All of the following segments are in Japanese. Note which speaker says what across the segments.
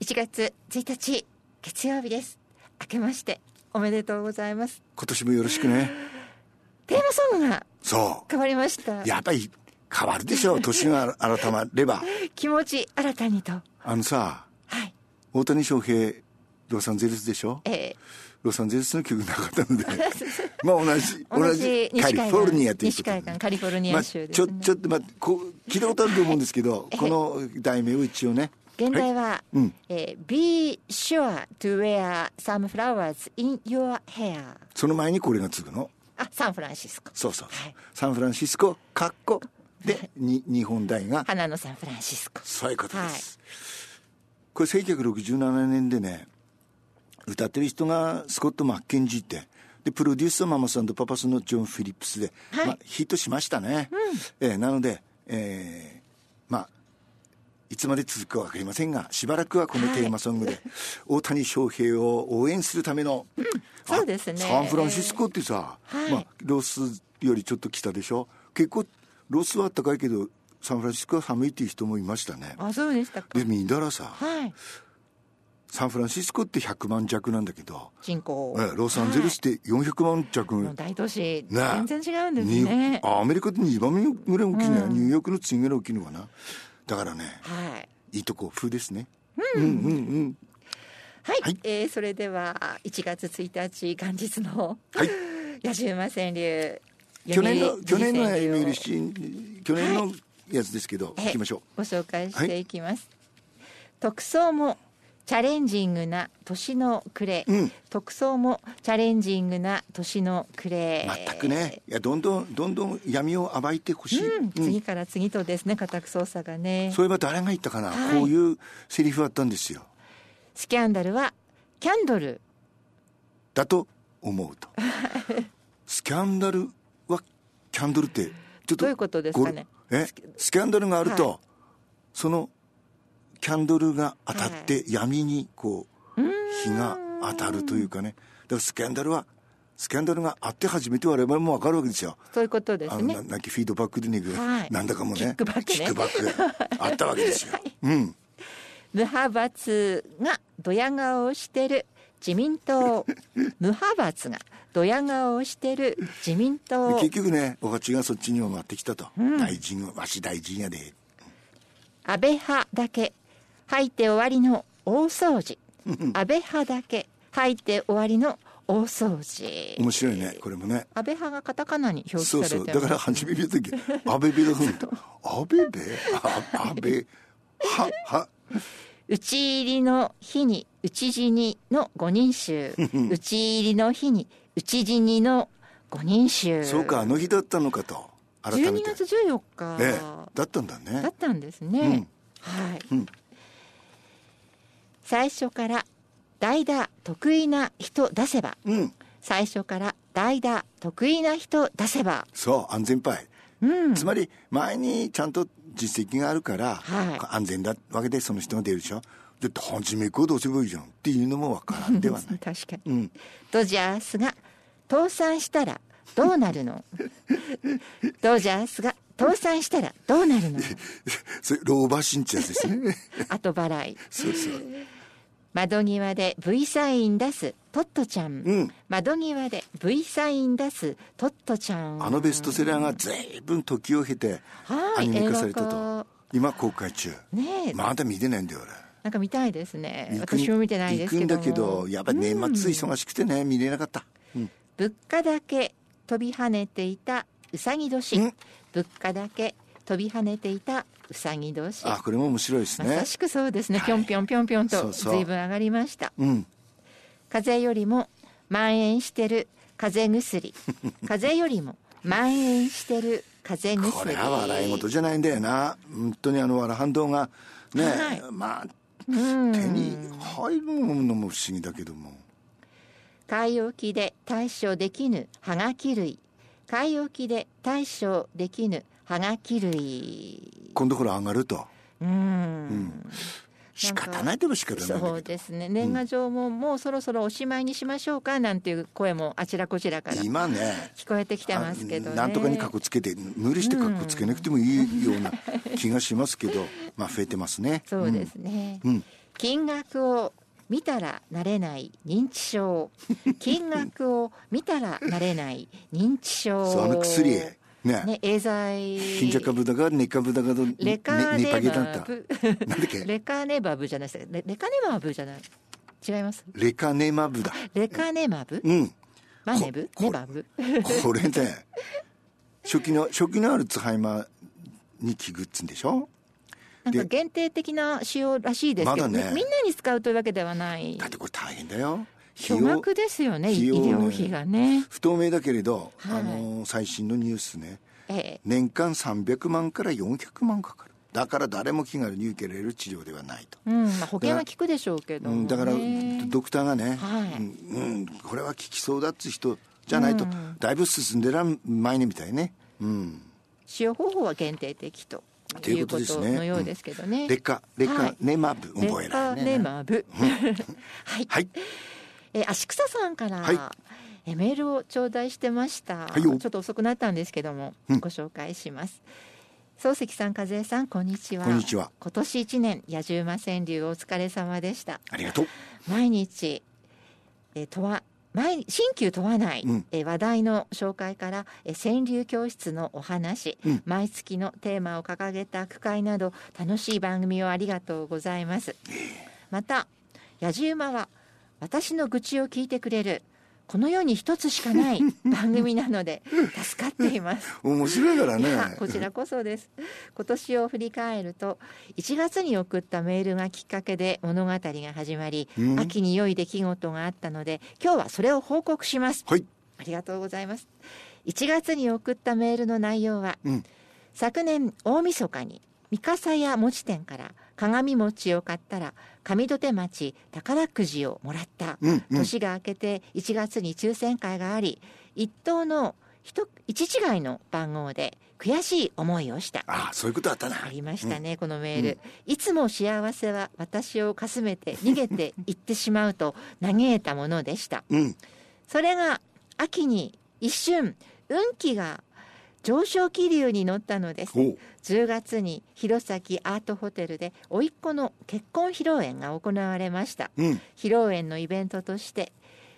Speaker 1: 1月1日月曜日です明けましておめでとうございます
Speaker 2: 今年もよろしくね
Speaker 1: テーマソングが
Speaker 2: そ
Speaker 1: 変わりました
Speaker 2: うやっぱり変わるでしょう年が改まれば
Speaker 1: 気持ち新たにと
Speaker 2: あのさ
Speaker 1: はい
Speaker 2: 大谷翔平ロサンゼルスでしょ
Speaker 1: え
Speaker 2: ロサンゼルスの曲なかった のでまあ同じ
Speaker 1: ー、同じ西
Speaker 2: カ
Speaker 1: 海
Speaker 2: リ
Speaker 1: 岸
Speaker 2: フォルニアという
Speaker 1: 西
Speaker 2: ことで
Speaker 1: 海岸カリフォルニ
Speaker 2: ま
Speaker 1: ア
Speaker 2: あ、
Speaker 1: 州で
Speaker 2: ち
Speaker 1: す、
Speaker 2: ょ
Speaker 1: ね
Speaker 2: ちょっと待ってこう聞いたことあると思うんですけど、この題名を一応ね
Speaker 1: 現代
Speaker 2: い
Speaker 1: は、
Speaker 2: うん
Speaker 1: えー Be sure to wear some flowers in your hair
Speaker 2: その前にこれがつくの
Speaker 1: あサンフランシスコ
Speaker 2: そうそう、
Speaker 1: はい
Speaker 2: サンフランシスコかっこでに日本大が
Speaker 1: 花のサンフランシスコ
Speaker 2: そういうことです、これ1967年でね歌ってる人がスコット・マッケンジーってでプロデュースはママさんとパパさんのジョン・フィリップスで、
Speaker 1: はい
Speaker 2: まあ、ヒットしましたね、えーなので、えーまあいつまで続くか分かりませんがしばらくはこのテーマソングで、大谷翔平を応援するための、あ
Speaker 1: そうですね
Speaker 2: サンフランシスコってさ、
Speaker 1: はい
Speaker 2: まあ、ロスよりちょっと北でしょ結構ロスは暖かいけどサンフランシスコは寒いっていう人もいましたね
Speaker 1: あそうでしたか
Speaker 2: で見たらさ
Speaker 1: はい
Speaker 2: サンフランシスコって100万弱なんだけど、
Speaker 1: 人口
Speaker 2: ええロサンゼルスって400万弱、
Speaker 1: はいもう大都市、
Speaker 2: ね
Speaker 1: 全然違うんです
Speaker 2: に
Speaker 1: ね
Speaker 2: あアメリカで2番目ぐらい大きいね、ニューヨークの次ぐらい大きいのかなだからね
Speaker 1: はい
Speaker 2: いいとこ風ですね
Speaker 1: はい、
Speaker 2: はい
Speaker 1: えーそれでは1月1日元日の
Speaker 2: はい
Speaker 1: 野次馬川柳
Speaker 2: 去年の
Speaker 1: 読売
Speaker 2: 去年の
Speaker 1: 読売川柳を
Speaker 2: 読売新去年のやつですけど、
Speaker 1: え
Speaker 2: 行きましょ
Speaker 1: ご紹介していきます、特捜もチャレンジングな年の暮れ、
Speaker 2: うん
Speaker 1: 特捜もチャレンジングな年の暮
Speaker 2: う
Speaker 1: れ
Speaker 2: 全くねいやどんどんどんどん闇を暴いてほしい、
Speaker 1: うん、
Speaker 2: うん
Speaker 1: 次から次とですね家宅捜査がね
Speaker 2: そういえば誰が言ったかな、
Speaker 1: はい
Speaker 2: こういうセリフあったんですよ
Speaker 1: スキャンダルはキャンドル
Speaker 2: だと思うとスキャンダルはキャンドルってちょっと
Speaker 1: どういうことですかね
Speaker 2: ごえスキャンダルがあると、
Speaker 1: は
Speaker 2: そのキャンドルが当たって闇にこう、日が当たるというかねだからスキャンダルはスキャンダルがあって初めて我々も分かるわけですよ
Speaker 1: そういうことです
Speaker 2: あの
Speaker 1: ね
Speaker 2: ななんかフィードバックでね、
Speaker 1: はい
Speaker 2: なんだかもね
Speaker 1: キックバックね
Speaker 2: キックバックあったわけ ですよ、うん
Speaker 1: 無派閥がドヤ顔をしてる自民党無派閥がドヤ顔をしてる自民
Speaker 2: で
Speaker 1: 党
Speaker 2: 結局ねお鉢がそっちにも回ってきたと、大臣はわし大臣やで
Speaker 1: 安倍派だけ吐いて終わりの大掃除安倍派だけ吐いて終わりの大掃除
Speaker 2: 面白いねこれもね
Speaker 1: 安倍派がカタカナに表記さ
Speaker 2: そう
Speaker 1: れて
Speaker 2: そう
Speaker 1: ます
Speaker 2: だから初め見た 時安倍部だふんと安倍部あ安倍はは
Speaker 1: 打ち入りの日に打ち死にの五人衆打ち入りの日に打ち死にの五人衆
Speaker 2: そうかあの日だったのかと改め
Speaker 1: 12
Speaker 2: て
Speaker 1: 月14日、
Speaker 2: ええだったんだ
Speaker 1: だ
Speaker 2: ね
Speaker 1: ったんですね、
Speaker 2: ん
Speaker 1: はい、
Speaker 2: うん
Speaker 1: 最初から代打得意な人出せば
Speaker 2: うん
Speaker 1: 最初から代打得意な人出せば
Speaker 2: そう安全パイ
Speaker 1: うん
Speaker 2: つまり前にちゃんと実績があるから、
Speaker 1: はい
Speaker 2: 安全だわけでその人が出るでしょで初めこうどうすればいいじゃんっていうのもわからんでは ない
Speaker 1: 確かに
Speaker 2: うん
Speaker 1: ドジャースが倒産したらどうなる のドジャースが倒産したらどうな るの
Speaker 2: それ老婆新茶ですね
Speaker 1: 後払い
Speaker 2: そうそう
Speaker 1: 窓際で V サイン出すトットちゃん、
Speaker 2: うん
Speaker 1: 窓際で V サイン出すトットちゃん
Speaker 2: あのベストセラーが随分時を経て
Speaker 1: は
Speaker 2: ア
Speaker 1: い
Speaker 2: ニメ化された
Speaker 1: 映画
Speaker 2: と
Speaker 1: 化
Speaker 2: 今公開中
Speaker 1: ねえ
Speaker 2: まだ見てないんだよ
Speaker 1: なんか見たいですね
Speaker 2: 俺
Speaker 1: 私も見てないですけど
Speaker 2: 行くんだけどやっぱ年末忙しくてね見れなかったうん
Speaker 1: 物価だけ飛び跳ねていたうさぎ
Speaker 2: うん
Speaker 1: 年物価だけ飛び跳ねていたうさぎ年
Speaker 2: あこれも面白いです
Speaker 1: ま
Speaker 2: ね
Speaker 1: さしくそうですね
Speaker 2: はい
Speaker 1: ぴょんぴょんぴょんぴょん
Speaker 2: そ
Speaker 1: と
Speaker 2: う
Speaker 1: ず
Speaker 2: そう
Speaker 1: いぶん上がりました
Speaker 2: うん
Speaker 1: 風邪よりも蔓延してる風邪 薬風邪よりも蔓延してる風邪
Speaker 2: こ
Speaker 1: 薬
Speaker 2: れは笑い事じゃないんだよな本当にあのわら半動がね
Speaker 1: はい
Speaker 2: まあ
Speaker 1: うん
Speaker 2: 手に入るのも不思議だけども
Speaker 1: 買い置きで対処できぬはがき類買い置きで対処できぬはがき類
Speaker 2: 今度これ上がると
Speaker 1: うん
Speaker 2: 仕方ないでも仕方ないん
Speaker 1: そう
Speaker 2: だけ
Speaker 1: ですね年賀状ももうそろそろおしまいにしましょうかなんていう声もあちらこちらから
Speaker 2: ど
Speaker 1: 聞
Speaker 2: 今ね
Speaker 1: こえてきてますけどね
Speaker 2: なんとかにかこつけて無理してかこつけなくてもいいような気がしますけど、まあ増えてますね
Speaker 1: そうですね、
Speaker 2: うん
Speaker 1: 金額を見たらなれない認知症金額を見たらなれない認知症
Speaker 2: そうあの薬ね
Speaker 1: ねエーザイ
Speaker 2: 貧弱株だかネカブだかと
Speaker 1: レカネ
Speaker 2: パゲだ
Speaker 1: バ
Speaker 2: った
Speaker 1: ブ
Speaker 2: なんだっけ
Speaker 1: レカネバブじゃないですレレカネマブじゃない違います
Speaker 2: レカネマブだ
Speaker 1: レカネマブ
Speaker 2: うん
Speaker 1: マネブ
Speaker 2: こ
Speaker 1: ネバブ
Speaker 2: これね初期の初期のアルツハイマーに効くっつうんでしょ
Speaker 1: なんか限定的な使用らしいですけど、
Speaker 2: まだね
Speaker 1: みみんなに使うというわけではない
Speaker 2: だってこれ大変だよ
Speaker 1: 巨額ですよね
Speaker 2: 費
Speaker 1: 医
Speaker 2: 用ね
Speaker 1: 療費がね、
Speaker 2: 不透明だけれど、
Speaker 1: はい
Speaker 2: あの最新のニュースね
Speaker 1: ええ、
Speaker 2: 年間300万から400万かかるだから誰も気軽に受けられる治療ではないと、
Speaker 1: うんまあ、保険は効くでしょうけど
Speaker 2: う
Speaker 1: も、ね
Speaker 2: ん、だからドクターがね、
Speaker 1: はい
Speaker 2: うんうんこれは効きそうだっつ人じゃないと、だいぶ進んでらん前ねみたいね、うん、
Speaker 1: 使用方法は限定的と
Speaker 2: とい
Speaker 1: いうう
Speaker 2: こ
Speaker 1: こと
Speaker 2: です
Speaker 1: と
Speaker 2: ね
Speaker 1: のようですけどね。
Speaker 2: 劣化劣化、
Speaker 1: はい
Speaker 2: ネマブ覚え
Speaker 1: レカ
Speaker 2: ない
Speaker 1: ネ
Speaker 2: ね
Speaker 1: マブ。 はい。
Speaker 2: はい
Speaker 1: えー足草さんから、
Speaker 2: はい
Speaker 1: えーメールを頂戴してました、
Speaker 2: はい
Speaker 1: ちょ
Speaker 2: よ
Speaker 1: っと遅くなったんですけども、
Speaker 2: うん
Speaker 1: ご紹介します漱石さん和江さんこんにちは
Speaker 2: こんにちは
Speaker 1: 今年一年野獣馬川柳お疲れ様でした
Speaker 2: ありがとう
Speaker 1: 毎日、えー、問わ毎新旧問わない、
Speaker 2: うん
Speaker 1: えー話題の紹介から、えー川柳教室のお話、
Speaker 2: うん
Speaker 1: 毎月のテーマを掲げた句会など楽しい番組をありがとうございます。また野じ馬は私の愚痴を聞いてくれるこの世に一つしかない番組なの で助かっています。
Speaker 2: 面白いから
Speaker 1: い
Speaker 2: ね
Speaker 1: や こちらこそです今年を振り返ると1月に送ったメールがきっかけで物語が始まり、
Speaker 2: うん
Speaker 1: 秋に良い出来事があったので今日はそれを報告します
Speaker 2: はい
Speaker 1: ありがとうございます1月に送ったメールの内容は、
Speaker 2: うん
Speaker 1: 昨年大晦日に三笠屋餅店から鏡餅を買ったら上戸手町宝くじをもらった、
Speaker 2: うんうん
Speaker 1: 年が明けて1月に抽選会があり一等の一一違いの番号で悔しい思いをした
Speaker 2: ああそういうことあったな
Speaker 1: ありましたね、このメール、いつも幸せは私をかすめて逃げていってしまうと嘆いたものでした
Speaker 2: うん、うん
Speaker 1: それが秋に一瞬運気が上昇気流に乗ったのです
Speaker 2: おう
Speaker 1: 10月に弘前アートホテルで甥っ子の結婚披露宴が行われました
Speaker 2: うん
Speaker 1: 披露宴のイベントとして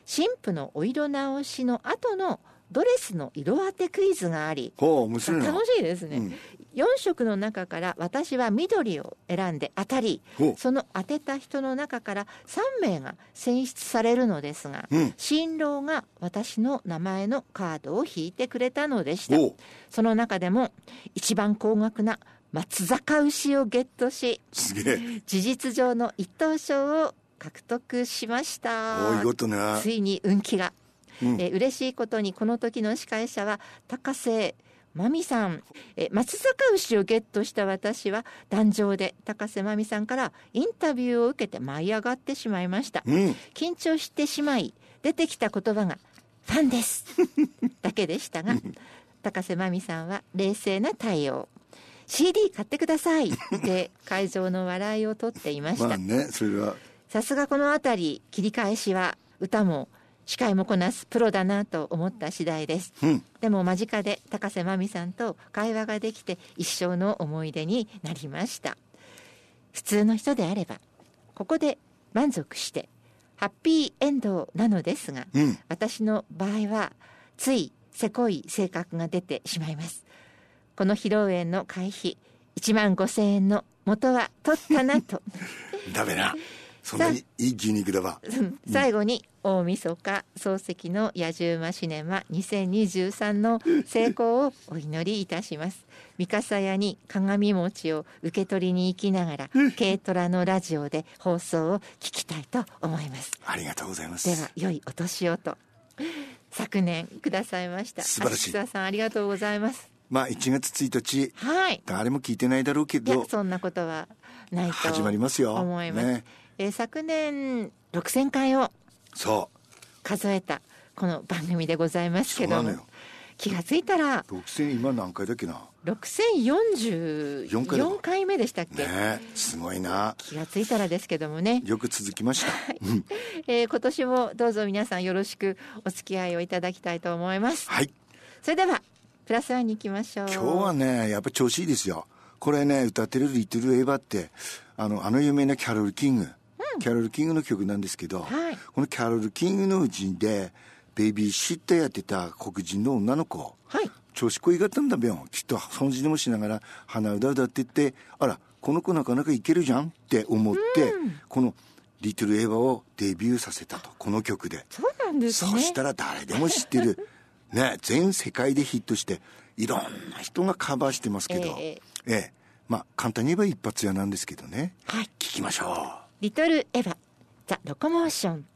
Speaker 1: 新婦のお色直しの後のドレスの色当てクイズがあり
Speaker 2: ほう面白いな
Speaker 1: 楽しいですね、
Speaker 2: うん
Speaker 1: 4色の中から私は緑を選んで当たり
Speaker 2: ほう
Speaker 1: その当てた人の中から3名が選出されるのですが、
Speaker 2: うん
Speaker 1: 新郎が私の名前のカードを引いてくれたのでした
Speaker 2: おう
Speaker 1: その中でも一番高額な松坂牛をゲットし
Speaker 2: すげえ
Speaker 1: 事実上の一等賞を獲得しまし
Speaker 2: お
Speaker 1: た
Speaker 2: いことね
Speaker 1: ついに運気が、
Speaker 2: うん
Speaker 1: えー嬉しいことにこの時の司会者は高瀬真美さんえー松坂牛をゲットした私は壇上で高瀬真美さんからインタビューを受けて舞い上がってしまいました
Speaker 2: うん
Speaker 1: 緊張してしまい出てきた言葉が「ファン です」だけでしたが高瀬真美さんは冷静な対応 CD 買ってくださいで会場の笑いを取っていまし
Speaker 2: ま
Speaker 1: た
Speaker 2: あねそれは
Speaker 1: さすがこの辺り切り返しは歌も司会もこなすプロだなと思った次第です
Speaker 2: うん
Speaker 1: でも間近で高瀬真美さんと会話ができて一生の思い出になりました普通の人であればここで満足してハッピーエンドなのですが
Speaker 2: うん
Speaker 1: 私の場合はついせこい性格が出てしまいますこの披露宴の会費1万5,000円の元は取ったなと
Speaker 2: だべなそんなにいい牛肉だわ
Speaker 1: 最後に大晦日漱石の野獣馬シネマ2023の成功をお祈りいたします三笠屋に鏡餅を受け取りに行きながら軽トラのラジオで放送を聞きたいと思います
Speaker 2: ありがとうございま
Speaker 1: では
Speaker 2: す
Speaker 1: 良いお年をと昨年くださいました
Speaker 2: 素晴らしい
Speaker 1: 足草さんありがとうございます
Speaker 2: まあ1月1日
Speaker 1: はい
Speaker 2: 誰も聞いてないだろうけ
Speaker 1: いや
Speaker 2: ど
Speaker 1: そんなことはないと
Speaker 2: 始まりますよ
Speaker 1: 思います、
Speaker 2: ね
Speaker 1: えー昨年6000回を
Speaker 2: そ
Speaker 1: 数えたこの番組でございますけ
Speaker 2: そ
Speaker 1: ど
Speaker 2: うな
Speaker 1: も
Speaker 2: のよ
Speaker 1: 気がついたら
Speaker 2: う6000今何回だっけな四回だ
Speaker 1: 6044回目でしたっけ、
Speaker 2: ねすごいな
Speaker 1: 気がついたらですけどもね、
Speaker 2: よく続きましたうん
Speaker 1: えー今年もどうぞ皆さんよろしくお付き合いをいただきたいと思います
Speaker 2: はい
Speaker 1: それではプラスワンに行きましょう
Speaker 2: 今日はねやっぱ調子いいですよこれね歌ってる「リトル・エヴァ」ってあのあの有名なキャロル・キング、キャロル・キングの曲なんですけど、
Speaker 1: はい
Speaker 2: このキャロル・キングのうちでベビーシッターやってた黒人の女の子
Speaker 1: はい
Speaker 2: 調子こいがったんだべよきっとそのじでもしながら鼻歌歌ってってあらこの子なかなかいけるじゃんって思って、この「リトル・エヴァ」をデビューさせたとこの曲で
Speaker 1: そうなんですね
Speaker 2: そしたら誰でも知って るね全世界でヒットしていろんな人がカバーしてますけど、
Speaker 1: え
Speaker 2: え
Speaker 1: え
Speaker 2: えまあ簡単に言えば一発屋なんですけどね
Speaker 1: はい
Speaker 2: 聞きましょう。
Speaker 1: リトルエヴァ、ザ・ロコモーション。